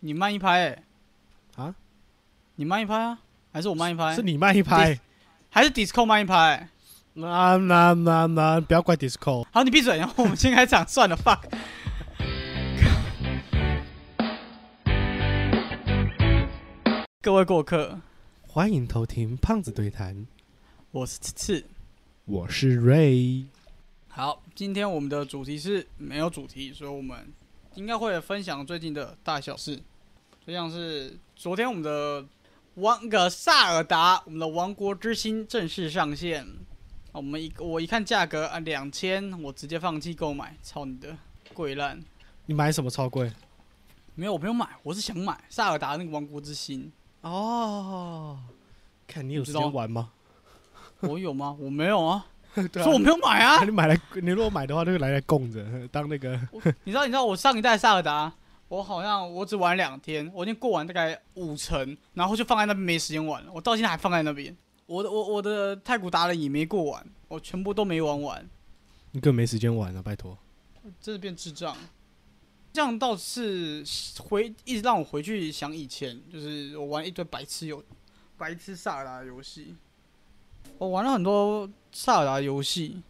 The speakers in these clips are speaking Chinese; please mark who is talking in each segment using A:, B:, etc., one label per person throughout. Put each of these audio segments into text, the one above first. A: 你慢一拍、欸，
B: 啊？
A: 你慢一拍啊？还是我慢一拍？
B: 是你慢一拍。
A: 还是 disco 慢一拍、 欸？
B: 那那那那，不要怪 disco。
A: 好，你闭嘴，然后我们先开场算了，fuck。各位过客，
B: 欢迎偷听胖子对谈，
A: 我是次次。
B: 我是 Ray。
A: 好，今天我们的主题是没有主题，所以我们应该会分享最近的大小事，就像是昨天我们的王个萨尔达，我们的《王国之心》正式上线。啊我们一我一看价格啊，两千，我直接放弃购买，操你的，贵烂！
B: 你买什么超贵？
A: 没有，我没有买，我是想买萨尔达那个《王国之心
B: 哦，看你有时间玩吗？》，
A: 我有吗？我没有啊，
B: 对
A: 所以我没有买啊。
B: 你买来，你如果买的话，就来来供着当那个。
A: 你知道，你知道我上一代萨尔达，我好像我只玩两天，我已经过完大概五成，然后就放在那边没时间玩了。我到现在还放在那边，我的我我的太古达人也没过完，我全部都没玩完，
B: 你根本没时间玩了，啊拜托。
A: 真的变智障。这样倒是回一直让我回去想以前，就是我玩一堆白痴游、白痴萨尔达游戏，我玩了很多萨尔达游戏，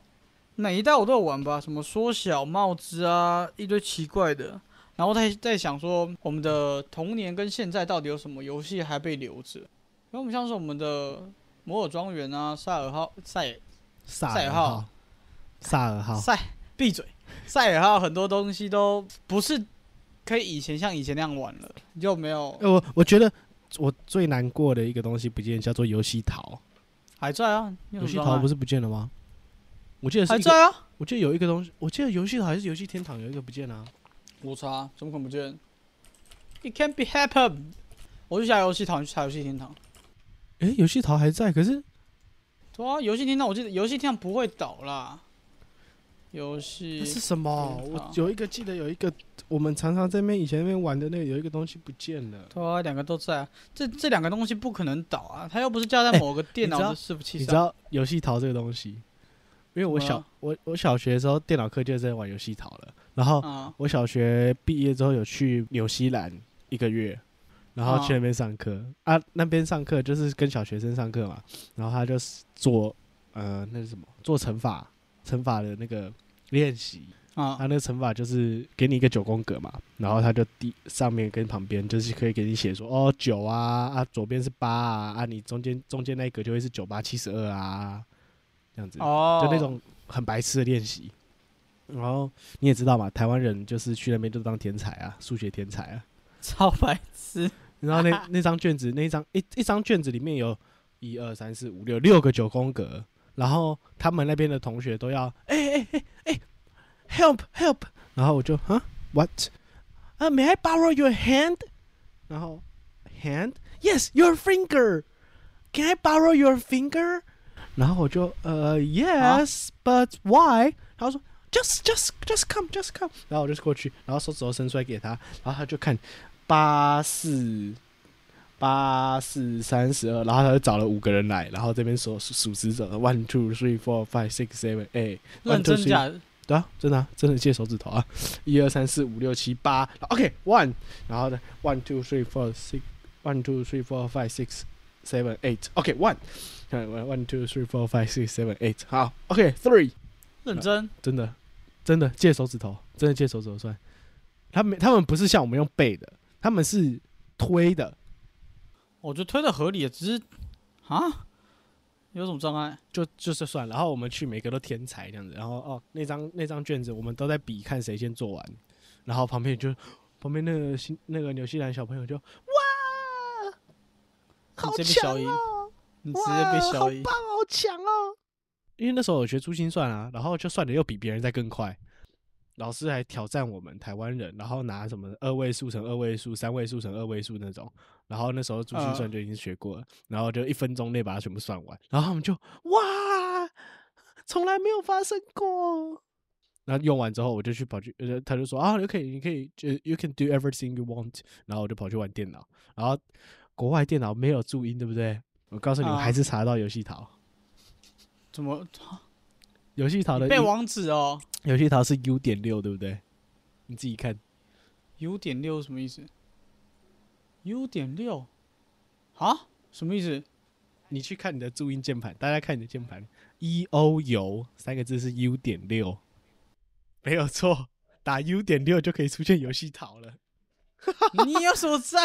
A: 每一代我都有玩吧，什么缩小帽子啊，一堆奇怪的。然后在在想说，我们的童年跟现在到底有什么游戏还被留着？因为我们像是我们的摩尔庄园啊、塞尔号、塞尔
B: 萨
A: 赛
B: 尔
A: 号
B: 号，萨尔号，
A: 赛，闭嘴。赛尔号很多东西都不是可以以前像以前那样玩了，又没有
B: 哎，我我觉得我最难过的一个东西不见，叫做游戏桃。
A: 还在啊？你
B: 游
A: 有什
B: 戏
A: 么
B: 桃不
A: 是
B: 是不见了吗？我记得是
A: 还
B: 一
A: 在
B: 个，
A: 啊？
B: 我记得有一个东西，我记得游戏桃还是游戏天堂有一个不见了啊。
A: 我查，怎么可能不见？It can be happen。我去下游戏堂去查游戏天堂。
B: 哎，游戏桃还在，可是
A: 对啊，游戏天堂我记得游戏天堂不会倒啦。游戏
B: 那是什么？
A: 天
B: 我
A: 堂
B: 有一个记得有一个，我们常常在那边以前那边玩的那个有一个东西不见了。
A: 对啊，两个都在啊。这这两个东西不可能倒啊，它又不是架在
B: 哎
A: 某个电脑
B: 你知
A: 的
B: 道
A: 伺服器
B: 你知
A: 上。
B: 道游戏桃这个东西？因为我
A: 怎么
B: 小
A: 了
B: 我我小学的时候电脑课就在玩游戏桃了，然后
A: 啊，
B: 我小学毕业之后有去纽西兰一个月，然后去
A: 啊
B: 那边上课啊那边上课就是跟小学生上课嘛，然后他就是做呃那是什么做乘法乘法的那个练习，
A: 啊
B: 他那个乘法就是给你一个九宫格嘛，然后他就第上面跟旁边就是可以给你写说哦九啊啊左边是八啊啊你中间中间那一格就会是九八七十二啊这样子
A: 哦，
B: 就那种很白痴的练习。然后你也知道嘛，台湾人就是去那边就当天才啊，数学天才啊。
A: 超白痴。
B: 然 后那那张卷子，那一张一一张卷子里面有一二三四五六六个九宫格，然后他们那边的同学都要哎哎哎哎，help help，然后我就啊 what 啊、m a y I borrow your hand？然后 hand，yes your finger，can I borrow your finger？然后我就呃 yes，but why？他说 just just just come just come，然后我就过去，然后手指头伸出来给他，然后他就看八四八四三十二，然后他就找了五个人来，然后这边数数数指头，one two three four five six seven eight，
A: 认
B: one two
A: 真
B: three
A: 假的？
B: 对啊，真的、啊，真的借手指头啊，一二三四五六七八，OK，one，、然后呢，one two three four six，one two three four five six seven eight，OK，one，、看 one two three four five six seven eight，好，OK，three，、
A: 认真
B: 真的，真的借手指头，真的借手指头算，他们他们不是像我们用背的，他们是推的，
A: 我觉得推的合理，只是啊，有什么障碍？
B: 就就是算，然后我们去每个都天才这样子，然后哦那张那张卷子我们都在比看谁先做完，然后旁边就旁边那个新那个纽西兰小朋友就哇，好
A: 你直接被
B: 强
A: 消音
B: 哦，
A: 你直接
B: 哇，
A: 被消音
B: 好。棒，好强哦！因为那时候我学珠心算啊，然后就算的又比别人再更快，老师还挑战我们台湾人，然后拿什么二位数乘二位数、三位数乘二位数那种，然后那时候珠心算就已经学过了，然后就一分钟内把它全部算完，然后他们就哇，从来没有发生过。然后用完之后，我就去跑去，呃，他就说啊，你可以，你可以，呃，you can do everything you want。然后我就跑去玩电脑，然后国外电脑没有注音，对不对？我告诉你，我
A: 啊
B: 还是查到游戏桃，
A: 怎么
B: 游戏桃的
A: 你背
B: U-
A: 网址哦
B: 游戏桃是 U 点六，对不对？你自己看
A: ？U 点六什么意思？ U 点六，啊？什么意思？
B: 你去看你的注音键盘，大家看你的键盘，e o 游三个字是 u 点六，没有错，打 u 点六就可以出现游戏桃了。
A: 你有什么障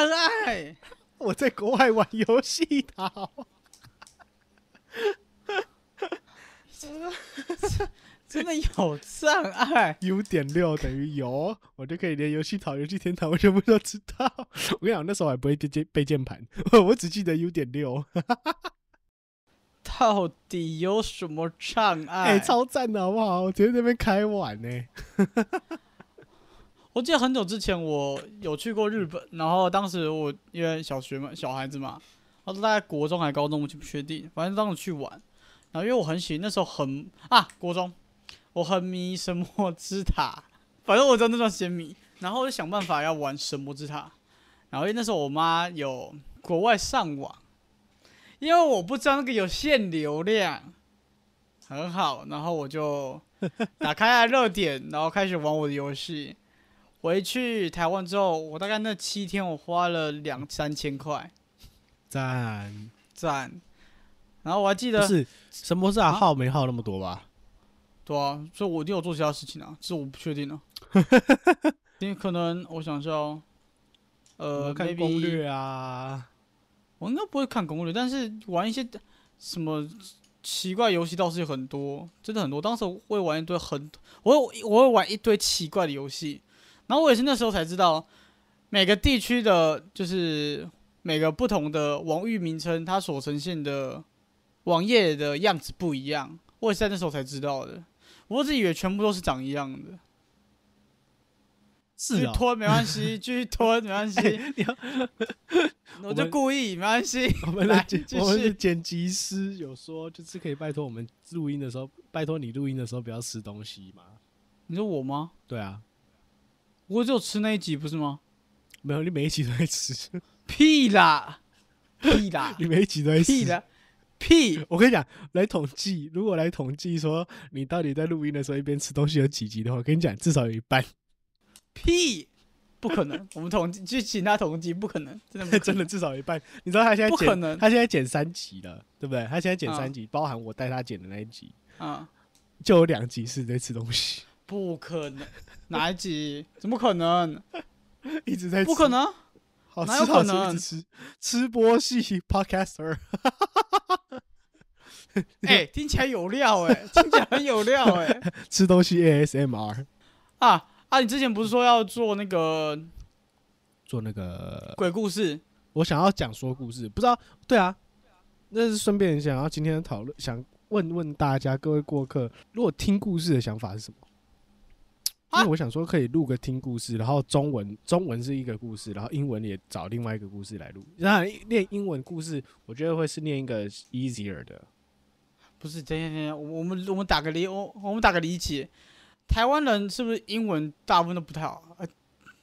A: 碍？
B: 我在国外玩游戏桃，
A: 真的有障碍？
B: u 点六等于游，我就可以连游戏桃、游戏天堂我全部都知道。我跟你讲，那时候我还不会背键背键盘， 我只记得 u 点六，
A: 到底有什么障
B: 哎、
A: 碍？
B: 超赞的好不好？我直接在那边开玩呢、
A: 我记得很久之前我有去过日本，然后当时我因为小学嘛，小孩子嘛，然后大概国中还高中，我就不确定，反正当时去玩，然后因为我很喜那时候很啊国中，我很迷神魔之塔，反正我知道那段时间迷，然后我就想办法要玩神魔之塔，然后因为那时候我妈有国外上网，因为我不知道那个有限流量，很好，然后我就打开了热点，然后开始玩我的游戏。回去台湾之后，我大概那七天，我花了两三千块，
B: 赞！
A: 赞。然后我还记
B: 不
A: 得，
B: 是神魔之塔
A: 啊
B: 耗没耗那么多吧？
A: 对啊，所以我一定有做其他事情啊，这我不确 定啊。因为可能我想一下哦，呃
B: 我看
A: maybe-
B: 攻略啊，
A: 我应该不会看攻略，但是玩一些什么奇怪游戏倒是有很多，真的很多。当时我会玩一堆很，我会我会玩一堆奇怪的游戏，然后我也是那时候才知道，每个地区的就是每个不同的网域名称，它所呈现的网页的样子不一样。我也是在那时候才知道的，我一直以为全部都是长一样的，继
B: 是
A: 续
B: 哦，
A: 吞没关系，继续吞没关系
B: 你要，
A: 我就故意没关系。
B: 我们
A: 来
B: 的剪
A: 继
B: 我们
A: 续
B: 的剪辑师有说，就是可以拜托我们录音的时候，拜托你录音的时候不要吃东西嘛。
A: 你说我吗？
B: 对啊，
A: 我只有吃那一集不是吗？
B: 没有，你每一集都在吃，，
A: 屁啦，屁啦
B: 你每一集都在吃。
A: 屁啦，屁！
B: 我跟你讲，来统计，如果来统计说你到底在录音的时候一边吃东西有几集的话，我跟你讲，至少有一半
A: 屁，不可能！我们统计去请他统计，不可能，真的不可能
B: 真的至少有一半。你知道他现在
A: 不可
B: 剪，
A: 能
B: 他现在剪三集了，对不对？他现在剪
A: 嗯
B: 三集，包含我带他剪的那一集，
A: 啊、
B: 就有两集是在吃东西，
A: 不可能！哪一集？怎么可 能？
B: 一直在吃，
A: 不可 能！
B: 好吃
A: 哪有
B: 好
A: 可
B: 吃，
A: 能
B: 一直吃吃播系 podcaster，
A: 哎、听起来有料哎、听起来很有料哎、
B: 吃东西 ASMR，
A: 啊啊！你之前不是说要做那个
B: 做那个
A: 鬼故事？
B: 我想要讲说故事，不知道对啊，那是顺便想要今天的讨论，想问问大家各位过客，如果听故事的想法是什么？因
A: 啊
B: 为我想说可以录个听故事，然后中文中文是一个故事，然后英文也找另外一个故事来录。那念英文故事，我觉得会是念一个 easier 的，
A: 不是，等一下等一下，我我们我们打个理，我我们打个理解，台湾人是不是英文大部分都不太好？呃、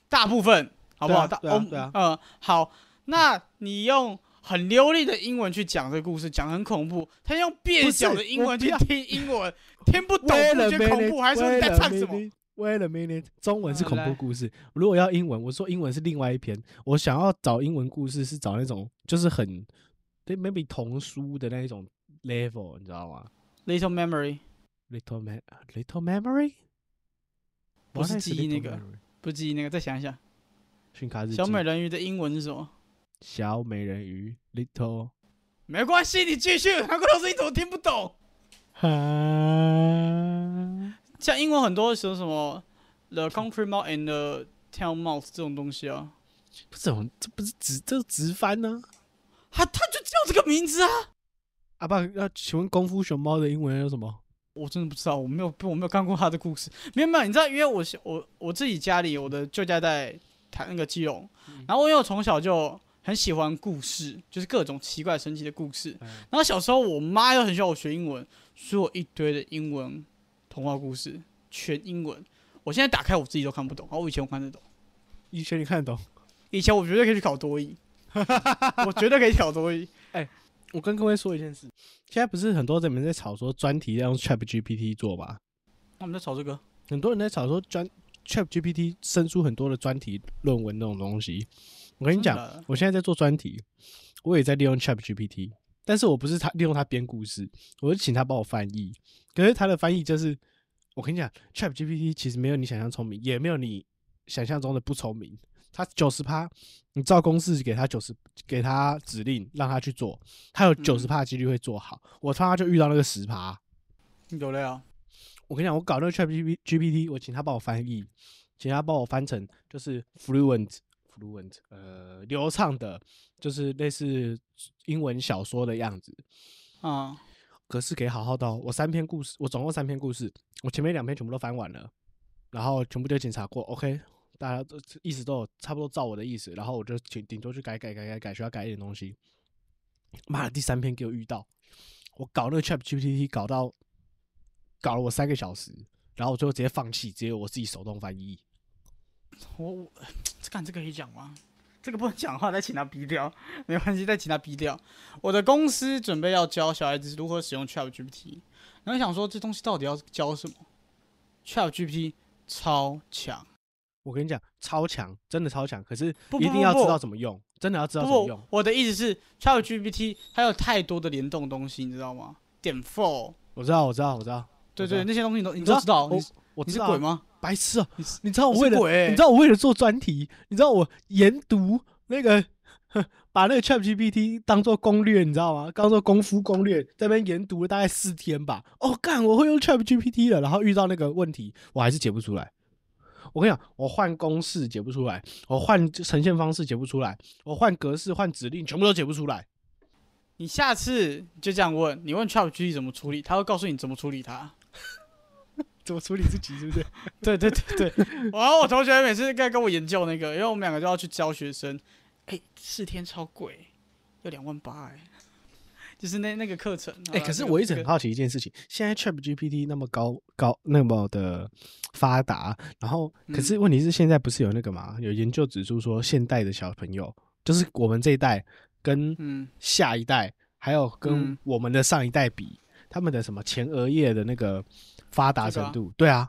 A: 大部分好不好？
B: 对
A: 大
B: 啊对啊
A: 我们
B: 对啊
A: 呃，好，那你用很流利的英文去讲这个故事，讲得很恐怖。他用蹩脚的英文去
B: 我
A: 听英文，听不懂
B: 为
A: 不
B: 了
A: 觉得恐怖，还说你在唱什么？？
B: 为了 minute，中文是恐
A: 啊
B: 怖
A: 来
B: 故事。如果要英文，我说英文是另外一篇。我想要找英文故事是找那种就是很对 maybe 童书的那一种 level，你知道吗
A: Little memory
B: ？Little man little memory，
A: 不是
B: What is
A: 记忆那
B: Little
A: 个
B: Memory？
A: 不记那个，再想一下，
B: 训卡日
A: 小
B: 记
A: 美人鱼的英文是什么？
B: 小美人鱼 little
A: 没关系，你继续。韩国老师你怎么听不懂？
B: 哈
A: 像英文很多什么什么 the country mouth and the town mouth 这种东西啊，
B: 不是我这不是直这是直翻呢、
A: 他他就叫这个名字啊，
B: 啊？啊不，要请问功夫熊猫的英文叫什么？
A: 我真的不知道，我没有我没有看过他的故事，没有没有，你知道，因为我是我我自己家里我的舅家在台那个基隆，然后因为我从小就很喜欢故事，就是各种奇怪神奇的故事，
B: 嗯
A: 然后小时候我妈又很喜欢我学英文，所以我一堆的英文童话故事全英文，我现在打开我自己都看不懂，然后我以前我看得懂。
B: 以前你看得懂？
A: 以前我绝对可以去考多一， 我绝对可以考多一。
B: 我跟各位说一件事，现在不是很多人在吵说专题要用 Chat GPT 做嘛？
A: 那我们在吵这个，
B: 很多人在吵说专 Chat GPT 生出很多的专题论文那种东西，我跟你讲
A: 真，的
B: 我现在在做专题，我也在利用 Chat GPT，但是我不是他利用他编故事，我是请他帮我翻译。可是他的翻译就是，我跟你讲，Chat GPT 其实没有你想象聪明，也没有你想象中的不聪明。他九十趴，你照公式给他九十，给他指令让他去做，他有九十趴几率会做好。我他妈就遇到那个十趴，
A: 有了呀，
B: 我跟你讲，我搞那个 Chat G GPT，我请他帮我翻译，请他帮我翻成就是 fluent fluent 呃流畅的，就是类似英文小说的样子。
A: 啊，
B: 格式给好好的哦、我三篇故事，我总共三篇故事，我前面两篇全部都翻完了，然后全部都检查过，OK，大家都意思都有差不多照我的意思，然后我就请顶多去改改改改改，需要改一点东西。妈的，第三篇给我遇到，我搞那个 Chat GPT 搞到搞了我三个小时，然后我最后直接放弃，直接我自己手动翻译。
A: 我我干这个可以讲吗？这个不能讲的话，再请他逼掉，没关系，再请他逼掉。我的公司准备要教小孩子如何使用 Chat GPT，然后想说这东西到底要教什么？Chat GPT 超强，
B: 我跟你讲，超强，真的超强，可是
A: 不不
B: 一定要
A: 不不
B: 知道怎么用，真的要知道怎么
A: 不
B: 用
A: 不。，我的意思是 Chat GPT 它有太多的联动东西，你知道吗？点 for，
B: 我知道，我知道，我知道，
A: 对
B: 我知道
A: 对，那些东西你都你
B: 你
A: 都知道，
B: 我
A: 哦你是
B: 我
A: 你
B: 知
A: 是
B: 道啊
A: 鬼吗？
B: 白痴哦、
A: 你是
B: 你知道我
A: 你是
B: 为了
A: 鬼欸
B: 你知道我为了做专题，你知道我研读那个 把那个 Chat GPT 当做攻略，你知道吗？当做功夫攻略，在那边研读了大概四天吧。哦，干，我会用 Chat GPT 了，然后遇到那个问题，我还是解不出来。我跟你讲，我换公式解不出来，我换呈现方式解不出来，我换格式、换指令，全部都解不出来。
A: 你下次就这样问，你问 Chat GPT 怎么处理，他会告诉你怎么处理它。
B: 怎么处理自己？是不是？
A: 对对对对， 然后我同学每次在跟我研究那个，因为我们两个就要去教学生，哎、四天超贵，要两万八哎、就是那那个课程。
B: 哎、
A: 好啦
B: 可是
A: 啊这个
B: 我一直
A: 这
B: 很
A: 个
B: 好奇一件事情，现在 Chat GPT 那么高高那么的发达，然后可
A: 嗯
B: 是问题是现在不是有那个嘛？有研究指出说，现代的小朋友，就是我们这一代跟
A: 嗯，
B: 下一代，还有跟
A: 嗯
B: 我们的上一代比，他们的什么前额叶的那个发达
A: 这个
B: 程
A: 啊
B: 度，对啊，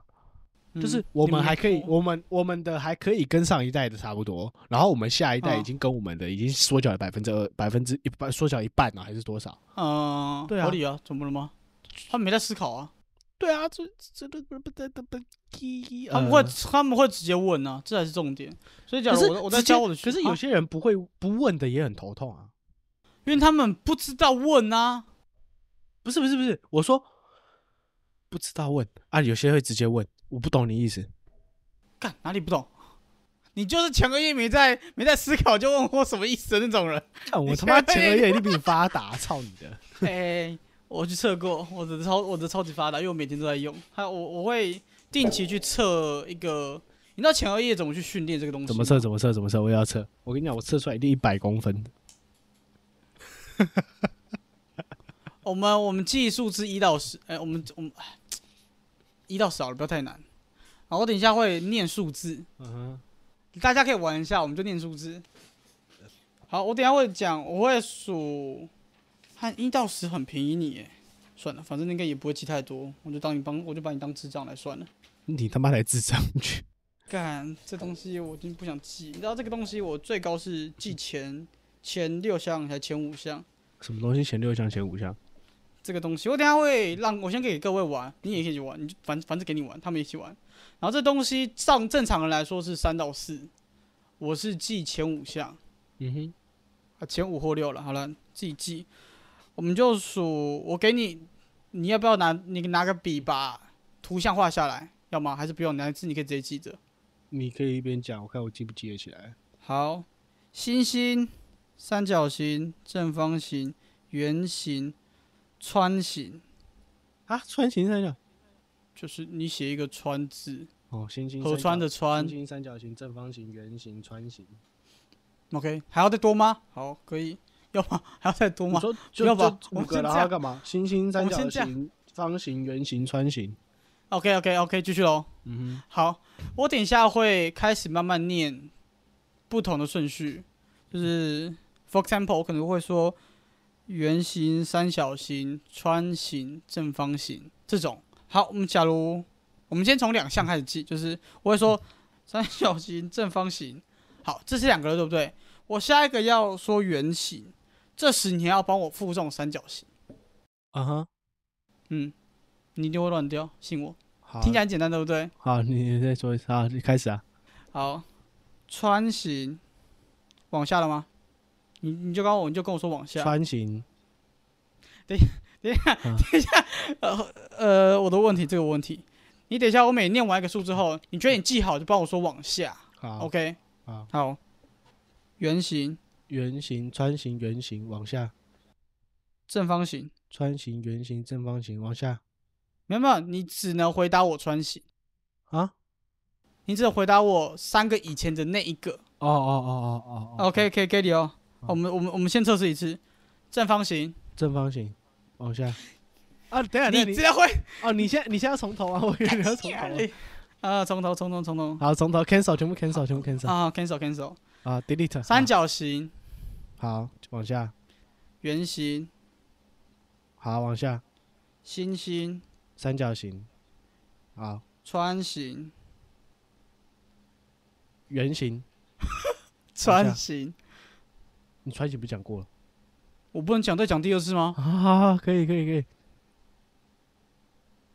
A: 嗯
B: 就是我
A: 你
B: 们还可以，
A: 我
B: 我们我们的还可以跟上一代的差不多，然后我们下一代已
A: 嗯
B: 经跟我们的已经缩小了百分之二百分之一半，缩小一半了、还是多少？
A: 嗯、
B: 对啊
A: 合理啊，怎么了吗？他们没在思考啊，
B: 对啊，这这这不不不不不，他
A: 他们会、他们会直接问啊，这才是重点。所以假
B: 呃可
A: 如
B: 是
A: 我我在
B: 直接
A: 教我的学，
B: 可是有
A: 啊
B: 些人不会不问的也很头痛啊。
A: 因为他们不知道问啊，
B: 不是不是不是，我说不知道问啊，有些会直接问，我不懂你意思。
A: 干哪里不懂？你就是前个月没在没在思考就问我什么意思的那种人。
B: 看我
A: 你
B: 他妈
A: 确定
B: 前额叶一定比你发达，操你的！
A: 哎、我去测过，我的超我的超级发达，因为我每天都在用。还有我我会定期去测一个，你知道前额叶怎么去训练这个东西？
B: 怎么测？？怎么测？怎么测？我也要测。我跟你讲，我测出来一定一百公分。
A: 我们我们计数字一到十，哎、我们我们哎一到十好了，不要太难。好，我等一下会念数字，
B: 嗯哼，
A: 大家可以玩一下，我们就念数字。好，我等一下会讲，我会数，看一到十很便宜你耶，算了，反正应该也不会记太多，我就当你帮我就把你当智障来算了。
B: 你他妈才智障去！
A: 干，这东西我真不想记。你知道这个东西，我最高是记前前六项还前五项。
B: 什么东西前六项前五项？
A: 这个东西，我等一下会让我先给各位玩，你也可以去玩，你就反反正给你玩，他们一起玩。然后这东西上正常人来说是三到四，我是记前五项
B: 嗯哼，
A: 啊，前五或六了。好了，自己记。我们就数，我给你，你要不要拿你拿个笔把图像画下来？要吗？还是不用？还是你可以直接记着。
B: 你可以一边讲，我看我记不记得起来。
A: 好，星星、三角形、正方形、圆形、穿形，
B: 啊，穿行三角
A: 就是你写一个“穿”字，
B: 哦，星星
A: 河
B: 三
A: 川
B: 角
A: 的“川
B: 星星三角形、正方形、圆形、穿行。”
A: OK，还要再多吗？好，可以，要吗？ 还要再多
B: 你
A: 吗？
B: 说
A: 不
B: 就
A: 要
B: 就
A: 吧我
B: 五
A: 们
B: 个，
A: 先
B: 然
A: 这
B: 后
A: 样
B: 要干嘛？星星、三
A: 我们
B: 角
A: 先这样
B: 形、方形、圆形、穿形。
A: OK，OK，OK，继续喽。
B: 嗯
A: 好，我等一下会开始慢慢念不同的顺序，就是 for example，我可能会说圆形、三角形、穿形、正方形这种。好，我们假如我们先从两项开始记，就是我会说三角形、正方形。好，这是两个了，对不对？我下一个要说圆形，这时你要帮我附送三角形。
B: 啊哈，
A: 嗯，你一定会乱掉，信我。
B: 好，啊
A: 听起来很简单，对不对？
B: 好，你你再说一次啊，你开始啊，
A: 好，穿行，往下了吗？你你就刚我你就跟我说往 下。
B: 穿行，
A: 呃，我的问题这个问题，你等一下我每念完一个数之后，你觉得你记好就帮我说往下。
B: 好，
A: OK，
B: 好，
A: 好，圆形、
B: 圆形、穿行、圆形，往下，
A: 正方形，
B: 穿行、圆形、正方形，往下
A: 没有没有，你只能回答我穿行，
B: 啊，
A: 你只能回答我三个以前的那一个。
B: 哦哦哦哦哦
A: OK，可以给你哦。
B: 好
A: 我们我们我们先测试一次，正方形，
B: 正方形，往下。啊，等一下，等一下
A: 你
B: 你
A: 只要会，
B: 哦，你现在你现在要从头啊，我 以为你要从头啊。
A: 啊，从头从头从头
B: 好，从头 cancel 全部 cancel 全部 cancel
A: 啊，cancel cancel，
B: 啊，delete
A: 三
B: 好
A: 角形、
B: 好，往下，
A: 圆形、
B: 好往下，
A: 星星、
B: 三角形，好，
A: 穿行、
B: 圆形，
A: 穿行。
B: 你穿行不讲过了？
A: 我不能讲再讲第二次 吗？
B: 啊，好好可以可以可以。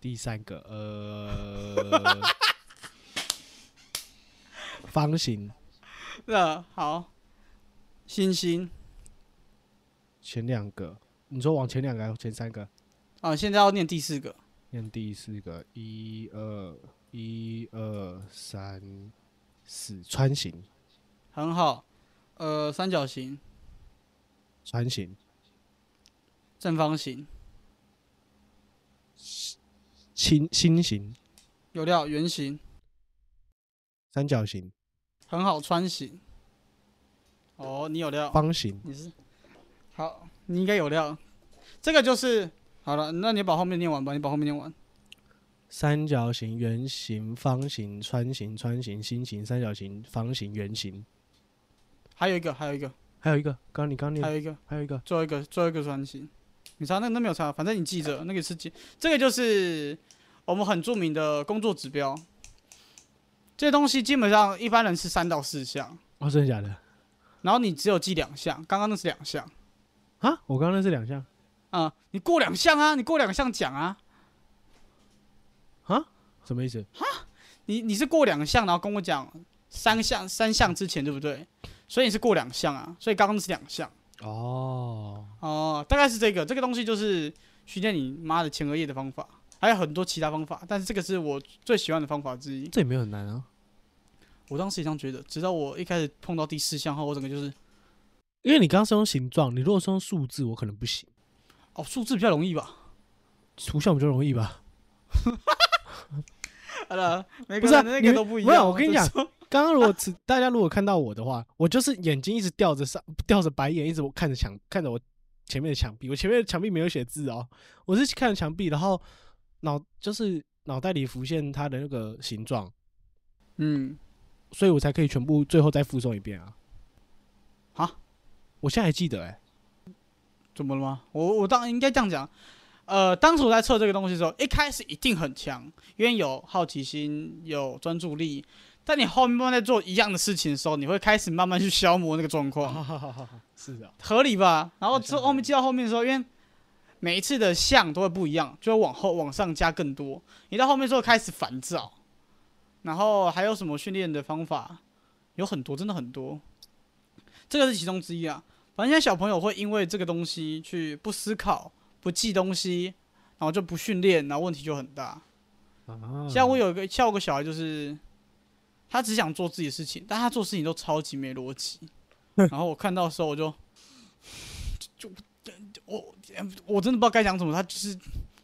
B: 第三个，呃，方形，啊
A: 那好，星星
B: 前两个，你说往前两个还是前三个？
A: 啊，现在要念第四个。
B: 念第四个，一二一二三四，穿行
A: 很好，呃，三角形、
B: 穿行
A: 正方形、
B: 心心形
A: 有料、圆形，
B: 三角形
A: 很好，穿行。哦，你有料，
B: 方形
A: 你是好，你应该有料。这个就是好了，那你把后面念完吧，你把后面念完。
B: 三角形、圆形、方形、穿形、穿形、心形、三角形、方形、圆形，
A: 还有一个，还有一个，
B: 还有一个，刚刚你刚
A: 还
B: 念，
A: 有一个，
B: 还有一个
A: 最后一个，最后一个穿行。你查那个都没有查，反正你记着，那个是记，这个就是我们很著名的工作指标。这些东西基本上一般人是三到四项，
B: 哦，真的假的
A: 然后你只有记两项，刚刚那是两项。
B: 啊？我刚刚那是两项
A: 啊、你过两项啊，你过两项讲啊，
B: 啊？什么意思？
A: 你你是过两项，然后跟我讲三项三项之前对不对？所以你是过两项啊，所以刚刚是两项
B: 哦，
A: 哦，大概是这个，这个东西就是训练你妈的前额叶的方法，还有很多其他方法，但是这个是我最喜欢的方法之一。
B: 这也没有很难啊，
A: 我当时也这样觉得，直到我一开始碰到第四项后，我整个就是
B: 因为你刚刚是用形状，你如果是用数字，我可能不行，
A: 哦，数字比较容易吧？
B: 图像比较容易吧？
A: 好了，每
B: 不
A: 个
B: 是啊
A: 人的那
B: 你
A: 个都不一样。
B: 没有我跟你
A: 就是
B: 讲刚刚如果只 大家如果看到我的话，我就是眼睛一直吊着上，吊着白眼，一直看着墙，看着我前面的墙壁。我前面的墙壁没有写字哦，我是看着墙壁，然后脑就是脑袋里浮现它的那个形状，
A: 嗯，
B: 所以我才可以全部最后再附送一遍啊。
A: 啊，
B: 我现在还记得哎、
A: 怎么了吗？我我当应该这样讲，呃，当时我在测这个东西的时候，一开始一定很强，因为有好奇心，有专注力。但你后面慢慢在做一样的事情的时候，你会开始慢慢去消磨那个状况，
B: 是啊的，
A: 合理吧？然后
B: 好像
A: 之后后面
B: 是
A: 记到后面的时候，因为每一次的项都会不一样，就会往后往上加更多。你到后面之后开始烦躁，然后还有什么训练的方法？有很多，真的很多。这个是其中之一啊。反正现在小朋友会因为这个东西去不思考、不记东西，然后就不训练，然后问题就很大。
B: 啊
A: 像我有一个，像我有个小孩，就是他只想做自己的事情，但他做事情都超级没逻辑。然后我看到的时候，我就就就我我真的不知道该讲什么。他就是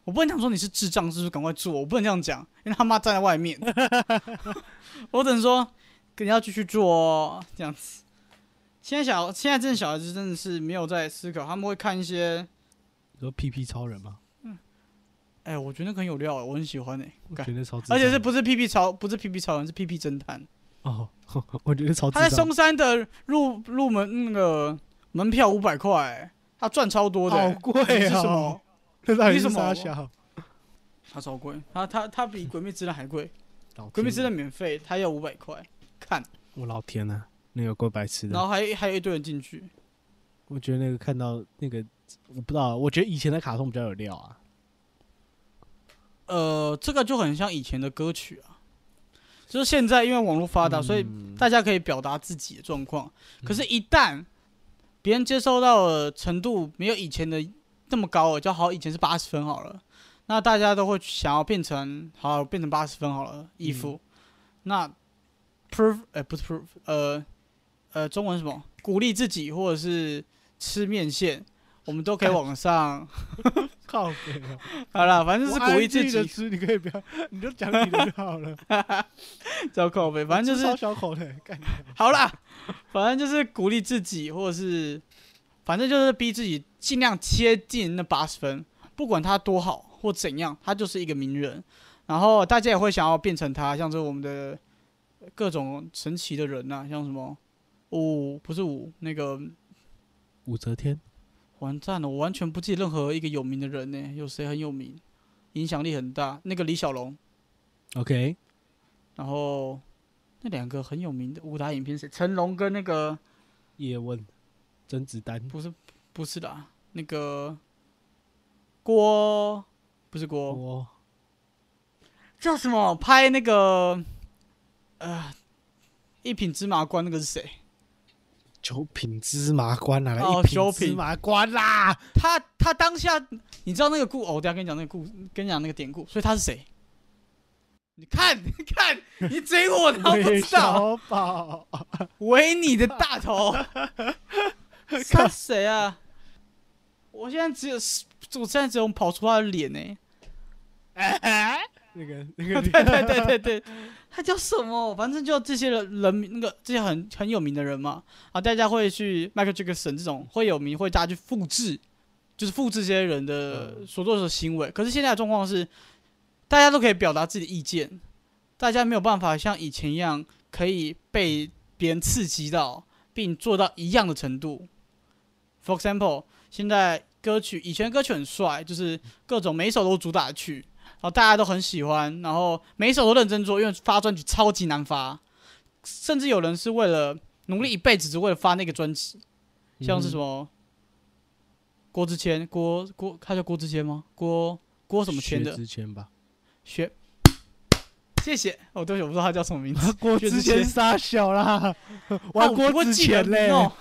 A: 我不能讲说你是智障，是不是赶快做？我不能这样讲，因为他妈站在外面， 我只能说你要继续做哦，这样子。现在小现在这些小孩子真的是没有在思考，他们会看一些，
B: 你说屁屁超人吗？
A: 哎、我觉得那个很有料、我很喜欢哎、
B: 我
A: 干
B: 觉得超智障，
A: 而且是不是 PP 超不是 PP 超人是 PP 侦探，
B: 哦， 我觉得超智
A: 他在
B: 障
A: 松，山的入入门那个门票五百块欸，他赚超多的欸、
B: 好贵
A: 你是什
B: 哦
A: 么？
B: 这到底
A: 你
B: 是
A: 什么
B: 啥小？
A: 他超贵，他他他比《鬼灭之刃》还贵，《
B: 老
A: 鬼灭
B: 天啊
A: 之刃》免费，他要五百块，看
B: 我老天呐、啊那个够白痴
A: 然
B: 的。
A: 后还还有一堆人进去，
B: 我觉得那个看到那个，我不知道，啊我觉得以前的卡通比较有料啊。
A: 呃，这个就很像以前的歌曲啊，就是现在因为网络发达，所以
B: 嗯
A: 大家可以表达自己的状况。可是，一旦别人接收到的程度没有以前的那么高了，就好，以前是八十分好了，那大家都会想要变成好，变成八十分好了，衣服。
B: 嗯
A: 那 prove 呃不是 prove 呃呃中文是什么？鼓励自己或者是吃面线，我们都可以往 上。
B: 靠北 啊，
A: 好啦，反正就是鼓励自
B: 的
A: 己，
B: 吃，你可以不要，你就讲你的就好了。
A: 找口碑， 反正就是
B: 超小口的，干
A: 好啦，反正就是鼓励自己，或者是反正就是逼自己尽量接近那八十分，不管他多好或怎样，他就是一个名人。然后大家也会想要变成他，像是我们的各种神奇的人呐、像什么五、不是五那个
B: 武则天，
A: 完蛋了，我完全不记得任何一个有名的人呢、有谁很有名，影响力很大？那个李小龙，
B: OK，
A: 然后那两个很有名的武打影片谁？成龙跟那个
B: 叶问，甄子丹，
A: 不是不是啦，那个郭不是郭，
B: 我
A: 叫什么？拍那个呃一品芝麻官那个是谁？
B: 九品芝麻官啊，来
A: 哦
B: 一品
A: 九
B: 芝
A: 品
B: 麻官啦，
A: 他他当下你知道那个故哦，我等一下跟你讲那个故，跟你讲那个典故，所以他是谁？你看，你看，你追我，然后不
B: 韦
A: 知道，
B: 小宝，
A: 围你的大头，他谁啊？我现在只有，我现在只有跑出他的脸呢、
B: 那个那个
A: 对对对对对， 他叫什么？反正就这些人人名那个这些很很有名的人嘛，啊，大家会去 Michael Jackson 这种会有名，会大家去复制，就是复制这些人的
B: 嗯
A: 所做的行为。可是现在的状况是，大家都可以表达自己的意见，大家没有办法像以前一样可以被别人刺激到，并做到一样的程度。For example，现在歌曲以前歌曲很帅，就是各种每一首都主打曲，然后大家都很喜欢，然后每一首都认真做，因为发专辑超级难发，甚至有人是为了努力一辈子，只为了发那个专辑，像是什么、郭之谦，郭郭他叫郭之谦吗？郭郭什么谦的
B: 薛之谦吧，，
A: 学，谢谢哦，对不起，我不知道他叫什么名字
B: 郭
A: 薛
B: 之
A: 之
B: 谦
A: 谦
B: 傻小啦，
A: 啊我
B: 玩
A: 不
B: 郭
A: 会
B: 之
A: 记人
B: 谦嘞
A: 名， 哦。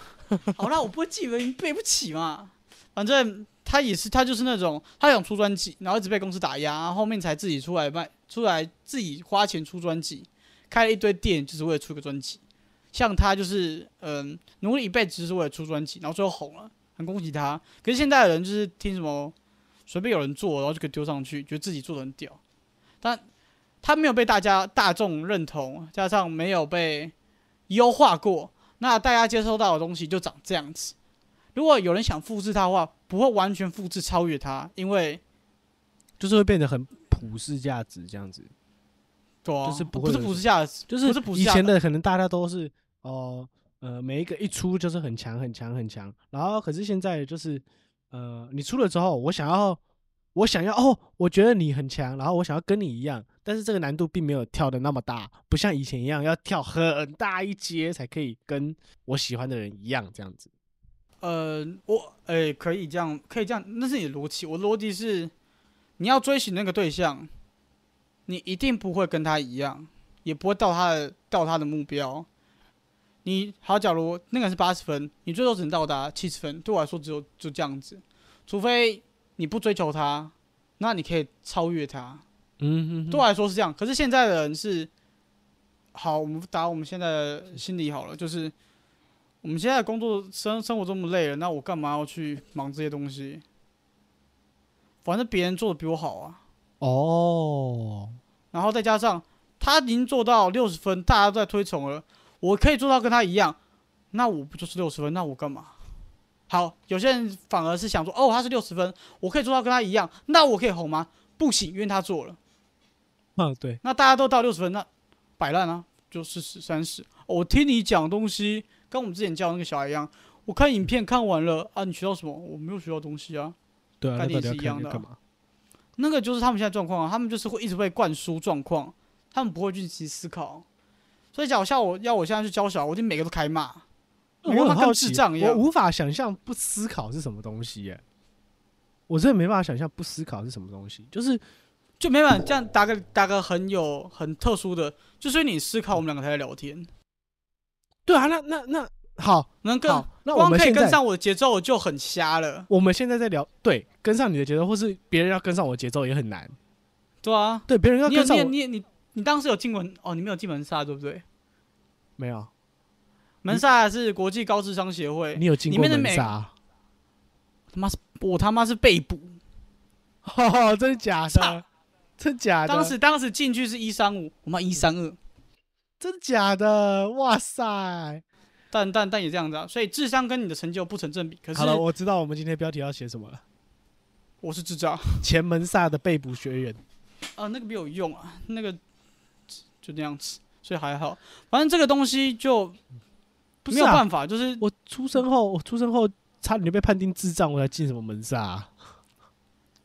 A: 好啦，我不会记人名，背不起嘛。反正他也是，他就是那种他想出专辑，然后一直被公司打压，后面才自己出来卖，出来自己花钱出专辑，开了一堆店，就是为了出个专辑。像他就是嗯，努力一辈子就是为了出专辑，然后最后红了，很恭喜他。可是现在的人就是听什么随便有人做，然后就给丢上去，觉得自己做的很屌，但他没有被大家大众认同，加上没有被优化过，那大家接收到的东西就长这样子。如果有人想复制它的话，不会完全复制超越它，因为
B: 就是会变得很普世价值这样子，
A: 对啊、
B: 就是不
A: 不
B: 会
A: 是
B: 有
A: 普世价值，
B: 就是
A: 不是普世
B: 以
A: 价值
B: 前的可能大家都是哦呃每一个一出就是很强很强很强，然后可是现在就是呃你出了之后，我想要我想要哦，我觉得你很强，然后我想要跟你一样，但是这个难度并没有跳的那么大，不像以前一样要跳很大一阶才可以跟我喜欢的人一样这样子。
A: 呃，我哎、可以这样，可以这样，那是你的逻辑。我的逻辑是，你要追寻那个对象，你一定不会跟他一样，也不会到他的到他的目标。你好，假如那个人是八十分，你最多只能到达七十分，对我来说只有就这样子，除非你不追求他，那你可以超越他。
B: 嗯，
A: 对我来说是这样。可是现在的人是，好，我们打我们现在的心理好了，就是我们现在的工作生生活这么累了，那我干嘛要去忙这些东西？反正别人做的比我好啊，
B: 哦，
A: 然后再加上他已经做到六十分，大家都在推崇了，我可以做到跟他一样，那我不就是六十分？那我干嘛？好，有些人反而是想说，哦，他是六十分，我可以做到跟他一样，那我可以红吗？不行，因为他做了。
B: 嗯，对，
A: 那大家都到六十分，那摆烂啊，就四十、三十。我听你讲东西，跟我们之前教那个小孩一样，我看影片看完了啊，你学到什么？我没有学到东西啊。
B: 对啊，
A: 概
B: 那到
A: 念
B: 底要
A: 是一
B: 看
A: 样
B: 要
A: 的啊
B: 干嘛？
A: 那个就是他们现在状况啊，他们就是会一直被灌输状况，他们不会去思考。所以，假如像我要我现在去教小孩，我一定每个都开骂。你
B: 我
A: 看
B: 很
A: 他跟
B: 好奇
A: 智障一
B: 我
A: 样
B: 无法想象不思考是什么东西耶、我真的没办法想象不思考是什么东西。就是
A: 就没办法这样打个打个很有很特殊的，就所以你思考，我们两个才在聊天，
B: 对啊，那那那好，
A: 能更
B: 好，那我
A: 光
B: 们
A: 可以
B: 现
A: 跟
B: 在
A: 上我的节奏就很瞎了，
B: 我们现在在聊，对，跟上你的节奏，或是别人要跟上我的节奏也很难。
A: 对啊。
B: 对，别人要
A: 你有
B: 跟上
A: 你
B: 我
A: 有你有你你当时有进门哦，你没有进门杀对不对？
B: 没有，
A: 门萨是国际高智商协会，
B: 你有经
A: 里
B: 过
A: 面的
B: 门
A: 每
B: 杀？
A: 他妈是我他妈是被捕，
B: 哦，真的假的
A: 操？
B: 真的假的？
A: 当时当时进去是一三五，我妈一三二，
B: 真的假的？哇塞！
A: 但但但也这样子啊，所以智商跟你的成就不成正比。可是
B: 好了，我知道我们今天标题要写什么了。
A: 我是智 障
B: 前门萨的被捕学员，
A: 啊，那个没有用啊，那个就那样子，所以还好。反正这个东西就
B: 不
A: 没
B: 是
A: 有
B: 啊？
A: 办法，就是
B: 我出生后，我出生后差点就被判定智障，我才进什么门萨啊、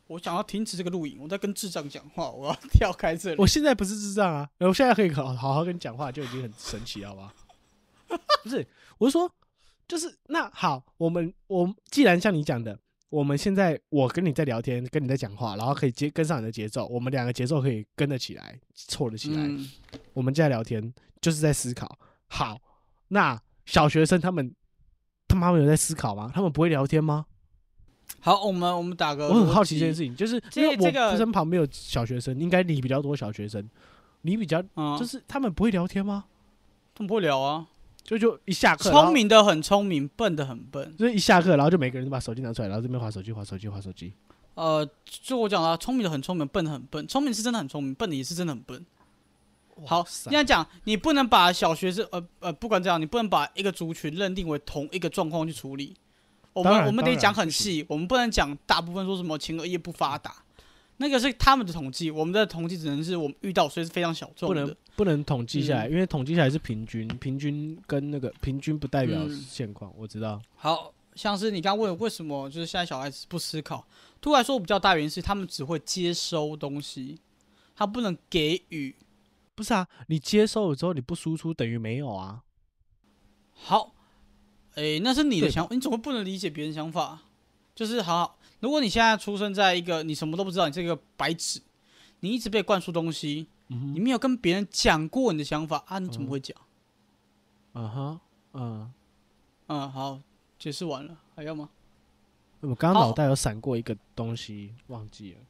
A: 我想要停止这个录影，我在跟智障讲话，我要 跳开这里。
B: 我现在不是智障啊，我现在可以好好好跟你讲话，就已经很神奇了，好不 好？不是，我是说，就是那好，我们我们既然像你讲的，我们现在我跟你在聊天，跟你在讲话，然后可以接跟上你的节奏，我们两个节奏可以跟得起来，凑得起来。
A: 嗯，
B: 我们在聊天就是在思考。好，那小学生他们他妈有在思考吗？他们不会聊天吗？
A: 好，我们我们打个，
B: 我很好奇这件事，情，就是
A: 这
B: 因为
A: 这
B: 我
A: 个
B: 身旁边有小学生，应该你比较多小学生，你比较
A: 嗯，
B: 就
A: 就是
B: 是他们不会聊天吗？
A: 他们不会聊啊，
B: 就就一下课，然后
A: 聪，明的很聪明，笨的很笨。
B: 就是一下课，然后就每个人都把手机拿出来，然后这边划手机，划手机，划手机。
A: 呃，就我讲了，聪明的很聪明，笨的很笨，聪明是真的很聪明，笨的也是真的很笨。好
B: 哇，塞
A: 这样讲，你不能把小学生，呃呃，不管怎样，你不能把一个族群认定为同一个状况去处理。我
B: 当
A: 们
B: 然
A: 我们
B: 当
A: 得
B: 然
A: 讲很
B: 不行
A: 细，我们不能讲大部分说什么前额叶不发达，那个是他们的统计，我们的统计只能是我们遇到，所以是非常小众
B: 不
A: 的嗯
B: 能。不能统计下来，因为统计下来是平均，平均跟那个平均不代表
A: 嗯
B: 现况。我知道，
A: 好像是你刚问为什么就是现在小孩子不思考，对我来说我比较大原因是他们只会接收东西，他不能给予。
B: 不是啊，你接收了之后你不输出等于没有啊。
A: 好，诶、那是你的
B: 对
A: 想法，你怎么不能理解别人想法？就是好好，如果你现在出生在一个你什么都不知道，你这个白纸，你一直被灌输东西，
B: 嗯
A: 你
B: 哼，
A: 没有跟别人讲过你的想法啊，你怎么会讲？
B: 啊哈，嗯，
A: 嗯，好，解释完了，还要吗？
B: 我刚刚
A: 好
B: 脑袋有闪过一个东西，忘记了。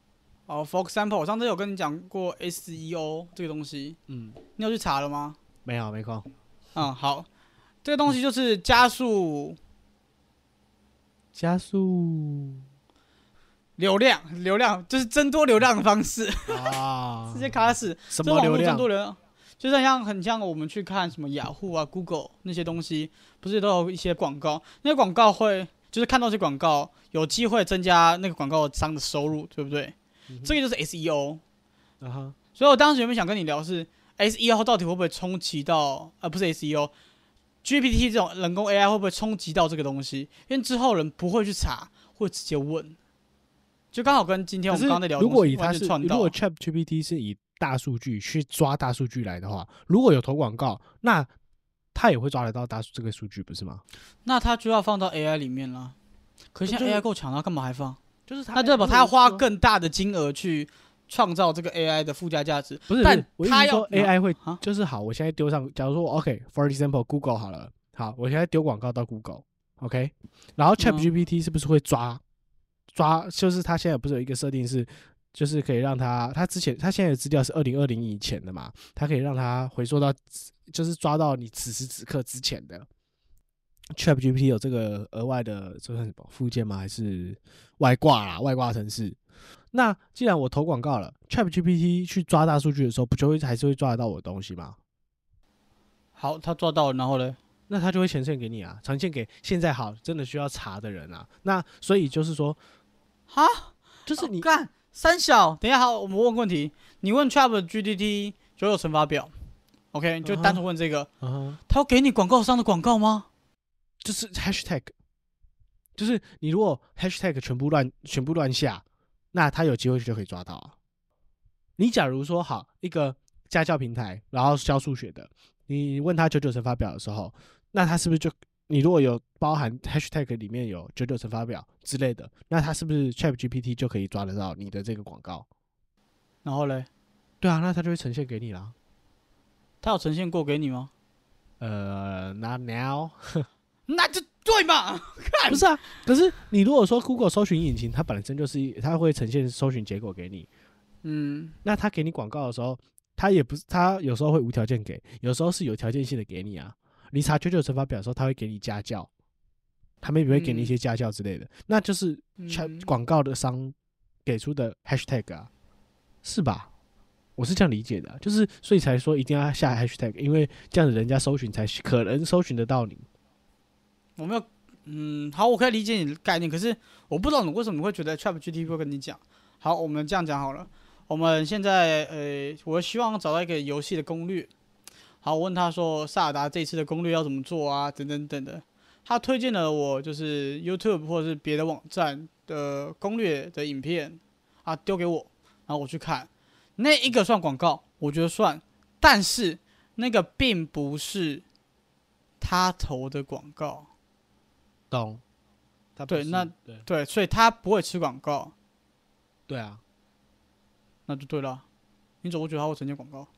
A: 好，for 哦 example，我上次有跟你讲过 SEO 这个东西，
B: 嗯，
A: 你有去查了吗？
B: 没有，没空。
A: 嗯，好，这个东西就是加速
B: 加速
A: 流量，流量就是增多流量的方式，
B: 啊
A: 直，接卡死。
B: 什
A: 这
B: 么
A: 网
B: 流
A: 络
B: 量
A: 增多？流量，就是很像很像我们去看什么雅虎啊、Google 那些东西，不是都有一些广告？那些广告会就是看到这些广告，有机会增加那个广告商的收入，对不对？
B: 嗯哼
A: 这个就是 E SEO。
B: 啊哈，
A: 所以我当时原本想跟你聊是 SEO 到底会不会冲击到，呃，不是 SEO。GPT 这种人工 AI 会不会冲击到这个东西？因为之后人不会去查，会直接问，就刚好跟今天我
B: 可
A: 们
B: 是
A: 刚刚在聊的
B: 如
A: 东
B: 果
A: 西
B: 以它
A: 完
B: 是
A: 全
B: 如
A: 串到啊
B: 果。Chat GPT 是以大数据去抓大数据来的话，如果有投广告，那它也会抓得到大数这个数据，不是吗？
A: 那它就要放到 AI 里面了。可是现在
B: 就是
A: AI 够强了，干嘛还放？
B: 就是它
A: 那代表它要花更大的金额去创造这个 AI 的附加价值。
B: 不是，
A: 但
B: 不是我意思
A: 它
B: 是
A: 要
B: 说 AI 会
A: 啊
B: 就是好，我现在丢上，假如说我 OK，for、example Google 好了，好，我现在丢广告到 Google，OK，、然后 Chat GPT 是不是会抓、抓？就是它现在不是有一个设定是，就是可以让它，它之前它现在的资料是二零二零以前的嘛，它可以让它回溯到，就是抓到你此时此刻之前的。Chat GPT 有这个额外的，这算什么附件吗？还是外挂啦？外挂程式？那既然我投广告了，Chat GPT 去抓大数据的时候，不就会还是会抓得到我的东西吗？
A: 好，它抓到了，然后嘞，
B: 那他就会呈现给你啊，呈现给现在好真的需要查的人啊。那所以就是说，哦
A: 哈，
B: 就是你、
A: 干三小，等一下好，我们问问题。你问 Chat GPT 就有乘法表，OK，你就
B: 嗯哼
A: 单纯问这个，
B: 啊哈，
A: 他要给你广告商的广告吗？
B: 就是 hashtag，就是你如果 hashtag 全部乱全部乱下，那他有机会就可以抓到啊。你假如说好一个家教平台，然后教数学的，你问他九九乘法表的时候，那他是不是就你如果有包含 hashtag 里面有九九乘法表之类的，那他是不是 Chat GPT 就可以抓得到你的这个广告？
A: 然后嘞，
B: 对啊，那它就会呈现给你啦。
A: 他有呈现过给你吗？
B: 呃，not now，
A: 那就对嘛，
B: 不是啊。可是你如果说 Google 搜寻引擎，它本身就是一它会呈现搜寻结果给你，
A: 嗯，
B: 那他给你广告的时候，他也不是他有时候会无条件给，有时候是有条件性的给你啊。你查九九乘法表的时候，他会给你家教，他 maybe 会给你一些家教之类的，那就是
A: 嗯
B: 全广告的商给出的 hashtag 啊，是吧？我是这样理解的啊、就是所以才说一定要下 hashtag，因为这样子人家搜寻才可能搜寻得到你。
A: 我没有，嗯，好，我可以理解你的概念，可是我不知道你为什么你会觉得 Chat GPT 会跟你讲。好，我们这样讲好了，我们现在呃，我希望找到一个游戏的攻略。好，我问他说萨尔达这一次的攻略要怎么做啊，等等等等的。他推荐了我就是 YouTube 或者是别的网站的攻略的影片啊，丢给我，然后我去看，那一个算广告，我觉得算，但是那个并不是他投的广告。
B: 懂？
A: 不对是那
B: 对
A: 对，所以他不会吃广告，
B: 对啊，
A: 那就对了。你怎么会觉得他会承接广告？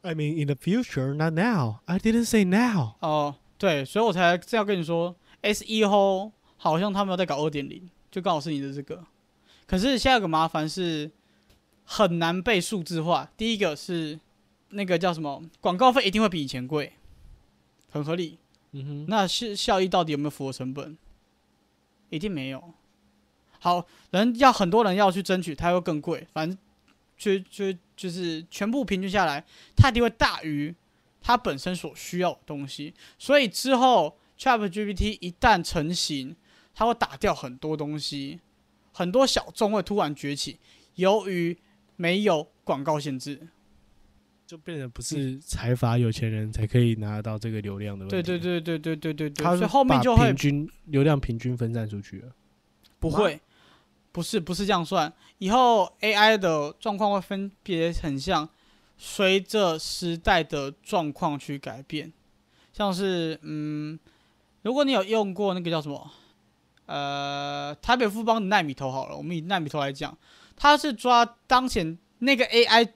B: I mean, in the future, not now. I didn't say now.
A: 哦、对，所以我才这样跟你说，SEO 好像他们要在搞二点零，就刚好是你的这个。可是现在有个麻烦是很难被数字化。第一个是那个叫什么，广告费一定会比以前贵，很合理。
B: 嗯哼，
A: 那是效益到底有没有符合成本？一定没有。好人要很多人要去争取，它又更贵，反正就就就是全部平均下来，它一定会大于它本身所需要的东西。所以之后 ChatGPT 一旦成型，它会打掉很多东西，很多小众会突然崛起，由于没有广告限制。
B: 就变成不是财阀有钱人才可以拿得到这个流量的问题。
A: 对对，对对对对对对，
B: 他
A: 所以后面
B: 把
A: 就会
B: 平均流量平均分散出去了。
A: 不会，不是不是这样算。以后 AI 的状况会分别很像，随着时代的状况去改变。像是嗯，如果你有用过那个叫什么，呃，台北富邦的纳米头好了，我们以纳米头来讲，它是抓当前那个 AI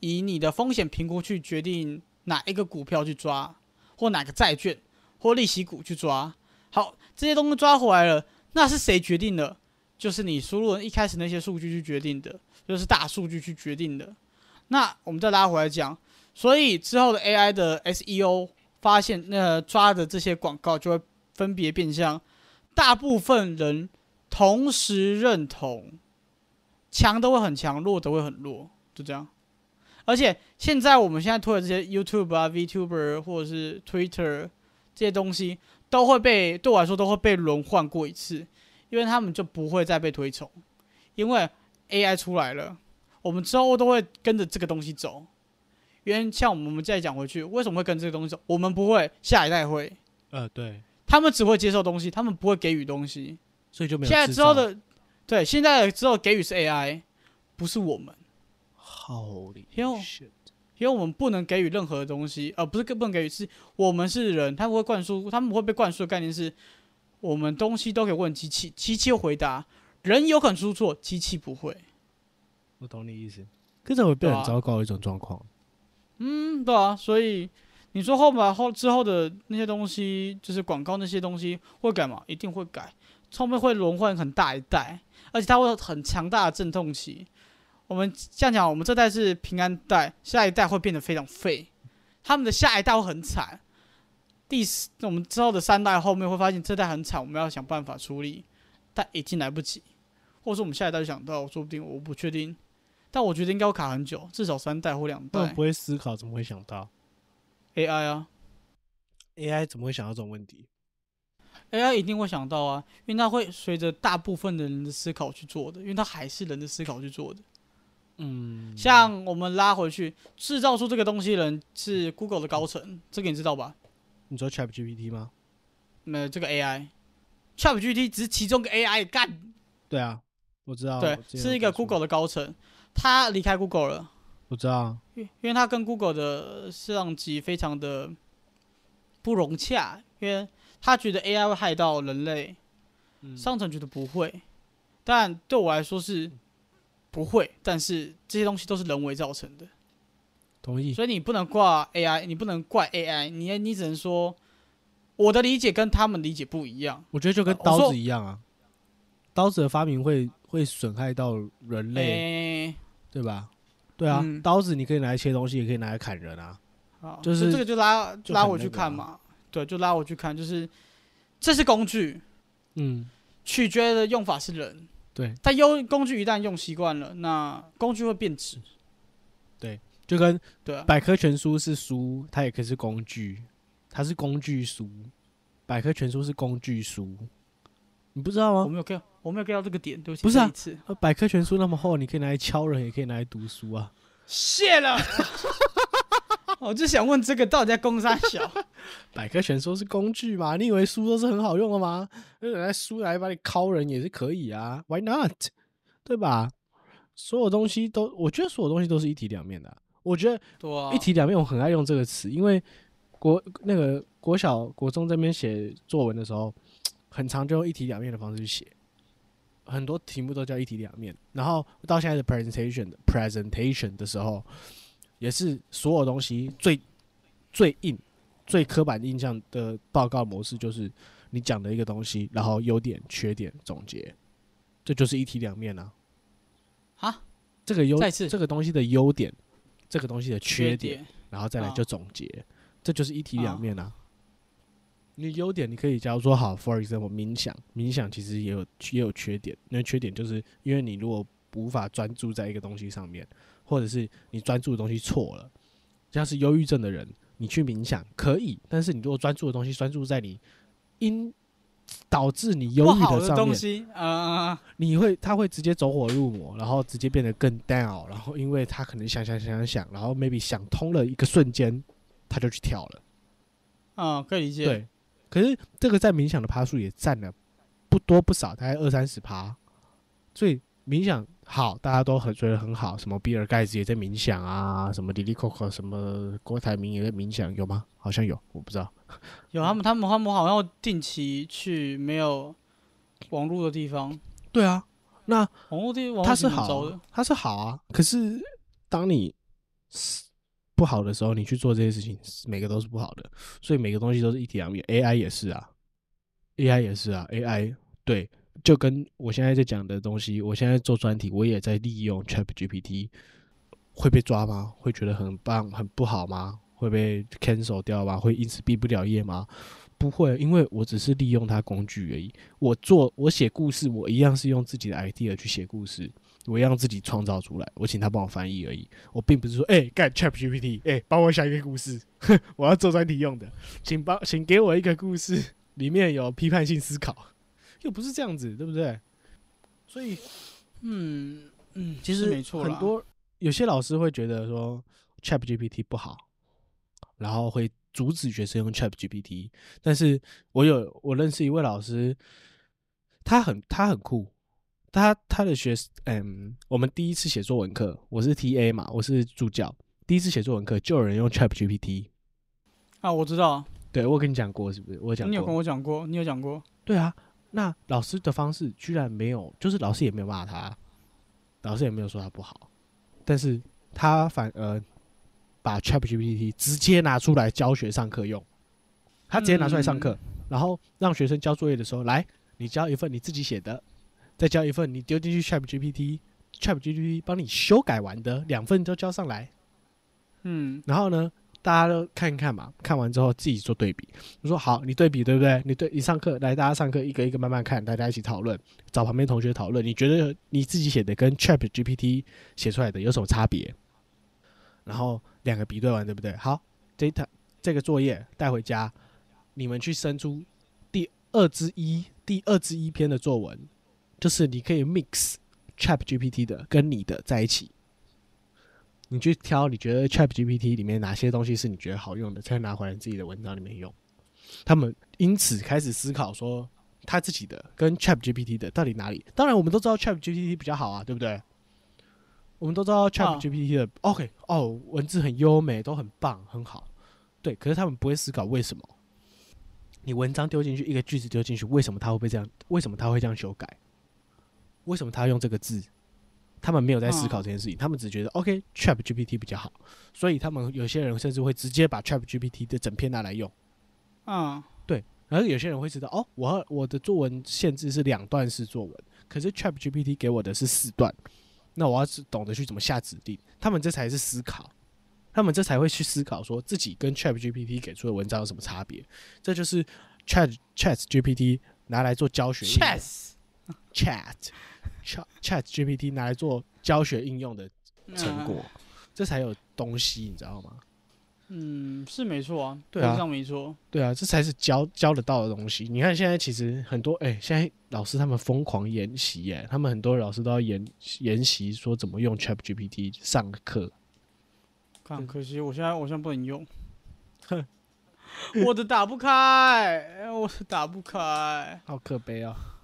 A: 以你的风险评估去决定哪一个股票去抓，或哪个债券或利息股去抓。好，这些东西抓回来了，那是谁决定的？就是你输入一开始那些数据去决定的，就是大数据去决定的。那我们再拉回来讲，所以之后的 AI 的 SEO 发现，那、抓的这些广告就会分别变相，大部分人同时认同，强的会很强，弱的会很弱，就这样。而且现在我们现在推的这些 YouTube 啊、VTuber 或者是 Twitter 这些东西，都会被对我来说都会被轮换过一次，因为他们就不会再被推崇，因为 AI 出来了，我们之后都会跟着这个东西走。原像我们我们再讲回去，为什么会跟这个东西走？我们不会，下一代会，
B: 呃，对，
A: 他们只会接受东西，他们不会给予东西。
B: 所以就没有
A: 现在
B: 制
A: 之后
B: 造
A: 的，对，现在之后给予是 AI，不是我们，
B: Holy
A: 因为
B: shit
A: 因为我们不能给予任何东西，呃，不是不能给予，是我们是人，他们会灌输，他们会被灌输的概念是，我们东西都可以问机器，机器会回答，人有可能出错，机器不会。
B: 我懂你意思。可是我
A: 啊
B: 变得很糟糕的一种状况，
A: 嗯，对啊，所以你说后面后之后的那些东西，就是广告那些东西会改吗？一定会改，后面会轮换很大一代，而且它会有很强大的阵痛期。我们这样讲，我们这代是平安代，下一代会变得非常废，他们的下一代会很惨。第四，我们之后的三代后面会发现这代很惨，我们要想办法处理，但已经来不及，或者说我们下一代就想到，说不定我不确定，但我觉得应该会卡很久，至少三代或两
B: 他
A: 代
B: 们。不会思考，怎么会想到
A: AI 啊
B: AI 怎么会想到这种问
A: 嗯
B: 题？
A: ，AI 一定会想到啊，因为它会随着大部分的人的思考去做的，因为它还是人的思考去做的。
B: 嗯，
A: 像我们拉回去，制造出这个东西的人是 Google 的高层，这个你知道吧？
B: 你说 ChatGPT 吗？
A: 呃，这个 AI，ChatGPT 只是其中一个 AI 干，
B: 对啊，我知道，
A: 对
B: 我，之前有
A: 是一个
B: 接触
A: Google 的高层，他离开 Google 了，
B: 我知道，
A: 因因为它跟 Google 的摄像机非常的不融洽，因为他觉得 AI 会害到人类，
B: 嗯
A: 上层觉得不会，但对我来说是不会，但是这些东西都是人为造成的，
B: 同意。
A: 所以你不能挂 AI，你不能怪 AI，你你只能说我的理解跟他们理解不一样，
B: 我觉得就跟
A: 啊我
B: 刀
A: 说
B: 子一样啊，刀子的发明会会损害到人类，
A: 诶、
B: 对吧？对啊，
A: 哎嗯
B: 刀子你可以拿来切东西，也可以拿来砍人啊。
A: 好，
B: 就
A: 就是这个就拉
B: 就
A: 拉
B: 很
A: 我
B: 那
A: 去
B: 个
A: 看
B: 啊
A: 嘛，对，就拉我去看，就是这是工具，
B: 嗯，
A: 取决的用法是人。
B: 对，
A: 但用工具一旦用习惯了，那工具会变质。
B: 就跟
A: 对啊，
B: 百科全书是书，它也可以是工具，它是工具书。百科全书是工具书，你不知道
A: 我
B: 吗？
A: 没有 get，我没有 get 到这个点，对不起。
B: 不是啊
A: 再一次
B: 呃百科全书那么厚，你可以拿来敲人，也可以拿来读书啊。
A: 谢了。 我就想问这个到底在攻啥 小？
B: 百科全书是工具嘛？你以为书都是很好用的吗？那拿来书来把你敲人也是可以啊，Why not？对吧？所有东西都，我觉得所有东西都是一体两面的啊、我觉得
A: 对啊，
B: 一体两面，我很爱用这个词，因为国那个国小、国中这边写作文的时候，很常就用一体两面的方式去写，很多题目都叫一体两面。然后到现在的 presentation 的 presentation 的时候，也是所有东西最最硬、最刻板印象的报告模式，就是你讲的一个东西，然后优点、缺点总结，这就是一体两面啊。
A: 啊，
B: 这个优
A: 再次
B: 这个东西的优点，这个东西的缺
A: 缺
B: 点，
A: 点。
B: 然后再来
A: 啊
B: 就总结，这就是一体两面
A: 嗯
B: 啊。你优点你可以，假如说好，for example，冥想，冥想其实也有也有缺点，那缺点就是因为你如果无法专注在一个东西上面，或者是你专注的东西错了，像是忧郁症的人，你去冥想可以，但是你如果专注的东西专注在你因导致你忧
A: 不
B: 郁
A: 好的
B: 上面
A: 东，西，呃，
B: 你会他会直接走火入魔，然后直接变得更 down，然后因为他可能想想想想想，然后 maybe 想通了一个瞬间，他就去跳了。
A: 嗯，可以理解。，
B: 对，可是这个在冥想的趴数也占了不多不少，大概二三十趴，所以冥想好，大家都很觉得很好，什么比尔盖茨也在冥想啊，什么 Lily Coco，什么郭台铭也在冥想，有吗？好像有，我不知道。
A: 有他们，他们他们好像定期去没有网络的地方，
B: 对啊，那
A: 网络地网
B: 它
A: 络
B: 是
A: 挺
B: 好
A: 糟
B: 啊
A: 的。，
B: 它是好啊。可是当你是不好的时候，你去做这些事情，每个都是不好的，所以每个东西都是一体两面。AI 也是啊，AI 也是啊，AI 对，就跟我现在在讲的东西，我现在做专题，我也在利用 ChatGPT，会被抓吗？会觉得很棒、很不好吗？会被 cancel 掉吗？会因此毕不了业吗？不会，因为我只是利用它工具而已。我做我写故事，我一样是用自己的 idea 去写故事，我要让自己创造出来，我请他帮我翻译而已。我并不是说，哎、干 Chat GPT，哎、帮我想一个故事， 我要做专题用的，请帮，请给我一个故事，里面有批判性思考，又不是这样子，对不对？所以
A: 嗯嗯，
B: 其
A: 是
B: 实
A: 没错啦
B: 很多有些老师会觉得说 Chat GPT 不好，然后会阻止学生用 Chat GPT。但是我有我认识一位老师，他很他很酷，他他的学嗯，我们第一次写作文课，我是 T A 嘛，我是助教，第一次写作文课就有人用 Chat GPT。
A: 啊，我知道，
B: 对，我跟你讲过是不是？我有讲
A: 你有
B: 过
A: 跟。我讲过，你有讲过，
B: 对啊，那老师的方式居然没有，就是老师也没有骂他，老师也没有说他不好，但是他反而把 ChatGPT 直接拿出来教学上课用，他直接拿出来上课，然后让学生交作业的时候，来，你交一份你自己写的，再交一份你丢进去 ChatGPT，ChatGPT 帮你修改完的两份都交上来，
A: 嗯，
B: 然后呢，大家都看一看嘛，看完之后自己做对比。我说好，你对比对不对？你对，你上课来，大家上课一个一个慢慢看，大家一起讨论，找旁边同学讨论，你觉得你自己写的跟 Chat GPT 写出来的有什么差别？然后两个比对完，对不对？好，data 这个作业带回家，你们去生出第二之一第二之一篇的作文，就是你可以 mix Chat GPT 的跟你的在一起。你去挑你觉得 Chat GPT 里面哪些东西是你觉得好用的，再拿回来自己的文章里面用。他们因此开始思考说，他自己的跟 Chat GPT 的到底哪里？当然，我们都知道 Chat GPT 比较好啊，对不对？我们都知道 Chat
A: 啊
B: GPT 的、OK 哦，文字很优美，都很棒，很好。对，可是他们不会思考为什么你文章丢进去一个句子丢进去，为什么他会被这样？为什么他会这样修改？为什么他用这个字？他们没有在思考这件事情，他们只觉得 OK Chat GPT 比较好，所以他们有些人甚至会直接把 Chat GPT 的整篇拿来用。
A: 嗯，
B: 然后有些人会知道，哦，我要我的作文限制是两段式作文，可是 Chat GPT 给我的是四段，那我要是懂得去怎么下指令，他们这才是思考，他们这才会去思考说自己跟 Chat GPT 给出的文章有什么差别，这就是 Chat Chat GPT 拿来做教学应用
A: chess
B: Chat Chat Chat GPT 拿来做教学应用的成果，这才有东西，你知道吗？
A: 嗯，嗯，是没错啊，
B: 对啊
A: 这样没错，
B: 对啊，这才是教教得到的东西。你看现在其实很多，哎、现在老师他们疯狂研习，耶，他们很多老师都要研研习说怎么用 Chat GPT 上课。
A: 看，
B: 对
A: 可惜我现在我现在不能 用
B: 哼，
A: 我的打不开，我的打不开，
B: 好可悲啊！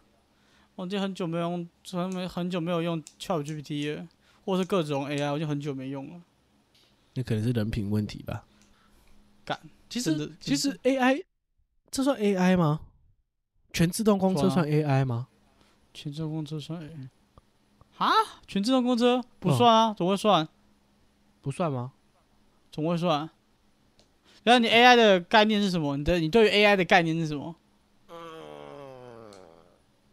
A: 我已经很久没有用，很没很久没有用 Chat GPT 了，或是各种 AI，我已经很久没用了。
B: 那可能是人品问题吧。
A: 干，
B: 其
A: 真的
B: 实其
A: 真
B: 实 AI 这算 AI 吗？全自动公车
A: 算
B: 算啊 AI 吗？
A: 全自动公车算 AI？啊？全自动公车不算
B: 哦
A: 啊，总会算，
B: 不算吗？
A: 总会算。然后你 AI 的概念是什么？你的你对于 AI 的概念是什么？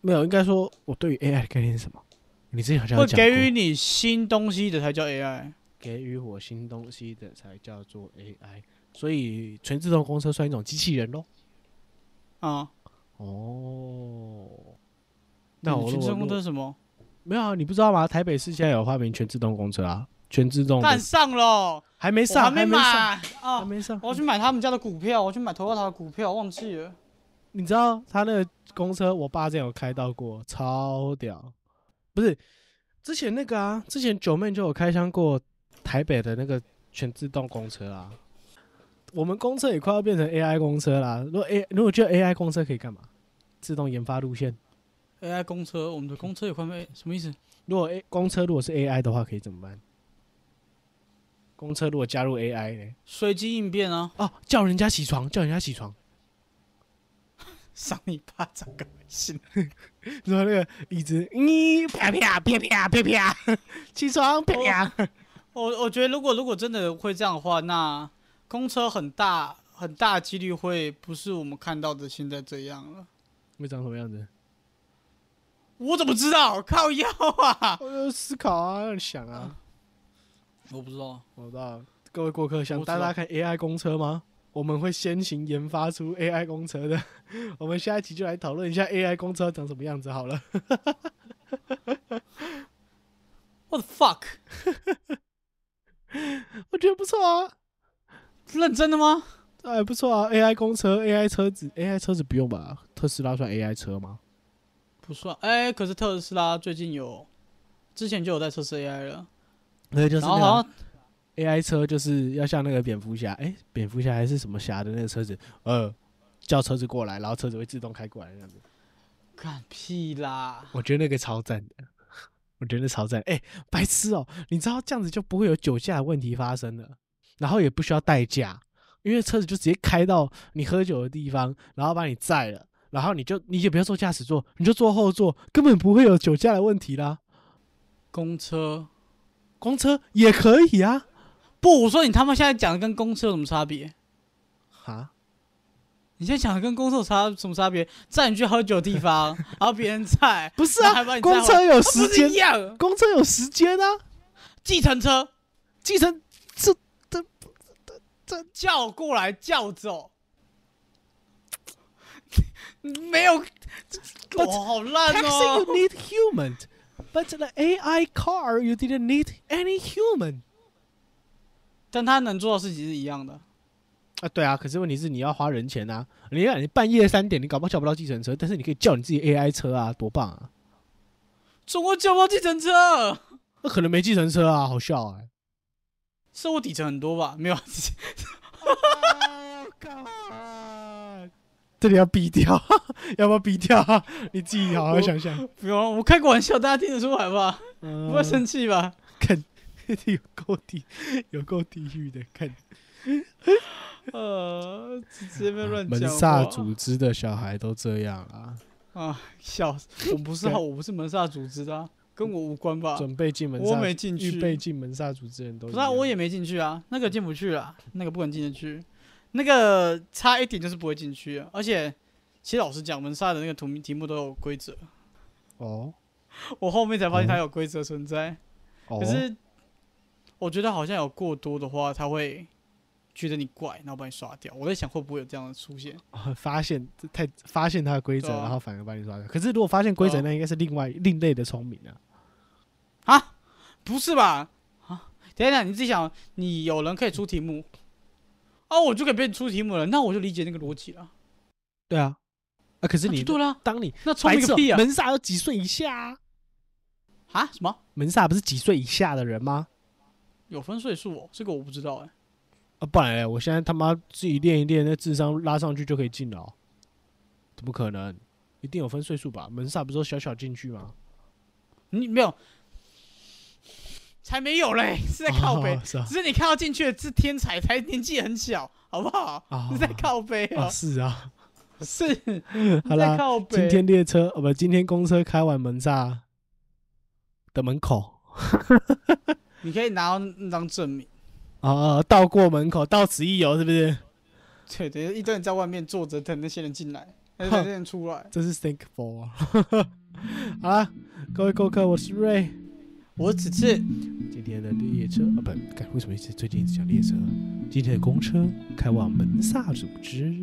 B: 没有，应该说我对于 AI 的概念是什么？你之前好像有
A: 会
B: 讲过
A: 给予你新东西的才叫 AI。
B: 哦给予我新东西的才叫做 AI，所以全自动公车算一种机器人喽。
A: 啊、
B: 哦，那
A: 那
B: 我
A: 全自
B: 如
A: 动
B: 果
A: 公车是什么？
B: 没有啊，你不知道吗？台北市现在有发明全自动公车啊，全自动的
A: 干上了，
B: 还没
A: 我
B: 上，
A: 没
B: 还没上，
A: 买啊、
B: 还没上
A: 我。要去买他们家的股票，我要去买头发塔的股票，忘记了。
B: 你知道他那个公车，我爸之前有开到过，超屌。不是，之前那个啊，之前九妹就有开箱过台北的那个全自动公车啊。我们公车也快要变成 AI 公车啦。如果 A 如果觉得 AI 公车可以干嘛？自动研发路线。
A: AI 公车，我们的公车有快被什么意思？
B: 如果 A 公车如果是 AI 的话，可以怎么办？公车如果加入 AI 呢？
A: 随机应变啊！
B: 哦，叫人家起床，叫人家起床。
A: 赏你巴掌，个信。
B: 然后那个椅子，咦，啪啪啪啪啪啪，起床，啪啪。
A: 我我觉得如果如果真的会这样的话，那公车很大很大几率会不是我们看到的现在这样了。
B: 会长什么样子？
A: 我怎么知道？靠腰啊！
B: 我就思考啊，让你想啊。
A: 我不知道，
B: 我知道，啊各位过客想
A: 我知道
B: 大家看 AI 公车吗？我们会先行研发出 AI 公车的。 我们下一集就来讨论一下 AI 公车长什么样子好了。
A: 我的 fuck，
B: 我觉得不错啊，
A: 认真的吗？
B: 这还不错啊。AI 公车、AI 车子、AI 车子不用吧？特斯拉算 AI 车吗？
A: 不算，哎、可是特斯拉最近有，之前就有在测试 AI 了，
B: 对，就是
A: 然后
B: 那个
A: 好
B: 啊
A: 像
B: AI 车就是要像那个蝙蝠侠，哎、蝙蝠侠还是什么侠的那个车子，呃，叫车子过来，然后车子会自动开过来那样子。
A: 干屁啦！
B: 我觉得那个超赞的，我觉得那超赞。哎、白痴哦、你知道这样子就不会有酒驾的问题发生了，然后也不需要代驾，因为车子就直接开到你喝酒的地方，然后把你载了，然后你就你也不要坐驾驶座，你就坐后座，根本不会有酒驾的问题啦。
A: 公车
B: 公车也可以啊，
A: 不，我说你他妈现在讲的跟公车有什么差别？
B: 哈，
A: 你现在讲的跟公车有差什么差别？载你去喝酒的地方，然后别人载，
B: 不是
A: 那
B: 啊，
A: 还把你载
B: 公
A: 回
B: 车有
A: 它
B: 时
A: 哦不是
B: 间
A: 一，样？
B: 公车有时间啊。
A: 计程车
B: 继承这这
A: 叫过来叫走，没有，
B: But
A: 哦，好烂
B: taxi you
A: 哦！
B: need human, but the AI car you didn't need any human
A: 但他能做的事情是一样的。
B: 啊，对啊，可是问题是你要花人钱啊，你看你半夜三点你搞不好叫不到计程车，但是你可以叫你自己 AI 车啊，多棒啊！
A: 中国叫不到计程车，
B: 那可能没计程车啊，好笑 哎、
A: 社会底层很多吧？没有，
B: 这里要逼掉， 要不要逼掉？你自己好好想想。
A: 啊不用，我开个玩笑，大家听得出来吧？
B: 不
A: 不会生气吧？
B: 肯 有够地，有够地狱的，看
A: 呃，直直接被乱
B: 嗯门
A: 讲话。
B: 萨组织的小孩都这样啦。
A: 啊，笑死！我不是啊，我不是门萨组织的、啊，跟我无关吧？
B: 准备进门
A: 我
B: 萨，
A: 没进去
B: 预，备进门萨组织的人都
A: 不
B: 一
A: 是啊，
B: 样
A: 我也没进去啊，那个进不去了，那个不能进得去，那个差一点就是不会进去啊。而且，其实老实讲，门萨的那个图题目都有规则，
B: 哦
A: 我后面才发现它有规则存在。
B: 哦，
A: 可是，我觉得好像有过多的话，他会觉得你怪，然后把你刷掉。我在想会不会有这样的出现？
B: 哦发现太发现他的规则，
A: 对啊
B: 然后反而把你抓掉。可是如果发现规则，
A: 对啊
B: 那应该是另外另类的聪明啊。
A: 啊，不是吧？啊，等一下，你自己想，你有人可以出题目，啊，我就给别人出题目了，那我就理解那个逻辑了。
B: 对啊，啊，可是
A: 那就
B: 你
A: 对啦，
B: 当你
A: 那聪
B: 白
A: 明
B: 痴
A: 个
B: 哦
A: 屁啊！
B: 门萨要几岁以下啊？
A: 啊，什么
B: 门萨不是几岁以下的人吗？
A: 有分岁数哦？这个我不知道哎、
B: 啊，不然嘞，我现在他妈自己练一练，那智商拉上去就可以进了哦、怎么可能？一定有分岁数吧？门萨不是都小小进去吗？
A: 你没有，才没有嘞，是在靠背。
B: 哦是啊，
A: 只是你看到进去的是天才，才年纪很小，好不好？
B: 哦
A: 是在靠背
B: 啊
A: 哦，
B: 是啊。
A: 是 是
B: 好
A: 在
B: 啦，
A: 靠背。
B: 今天列车哦不，今天公车开往门萨的门口
A: 你可以拿到那张证明，
B: 啊、啊到过门口，到此一游，是不是？
A: 对，等一下一堆人在外面坐着等那些人进 来，等
B: 哼
A: 那些人出来。
B: 这是 think for 啊。 好啦，各位顾客，我是瑞。
A: 我只是
B: 今天的列车啊，不，干为什么一直最近一直讲列车？今天的公车开往门萨组织。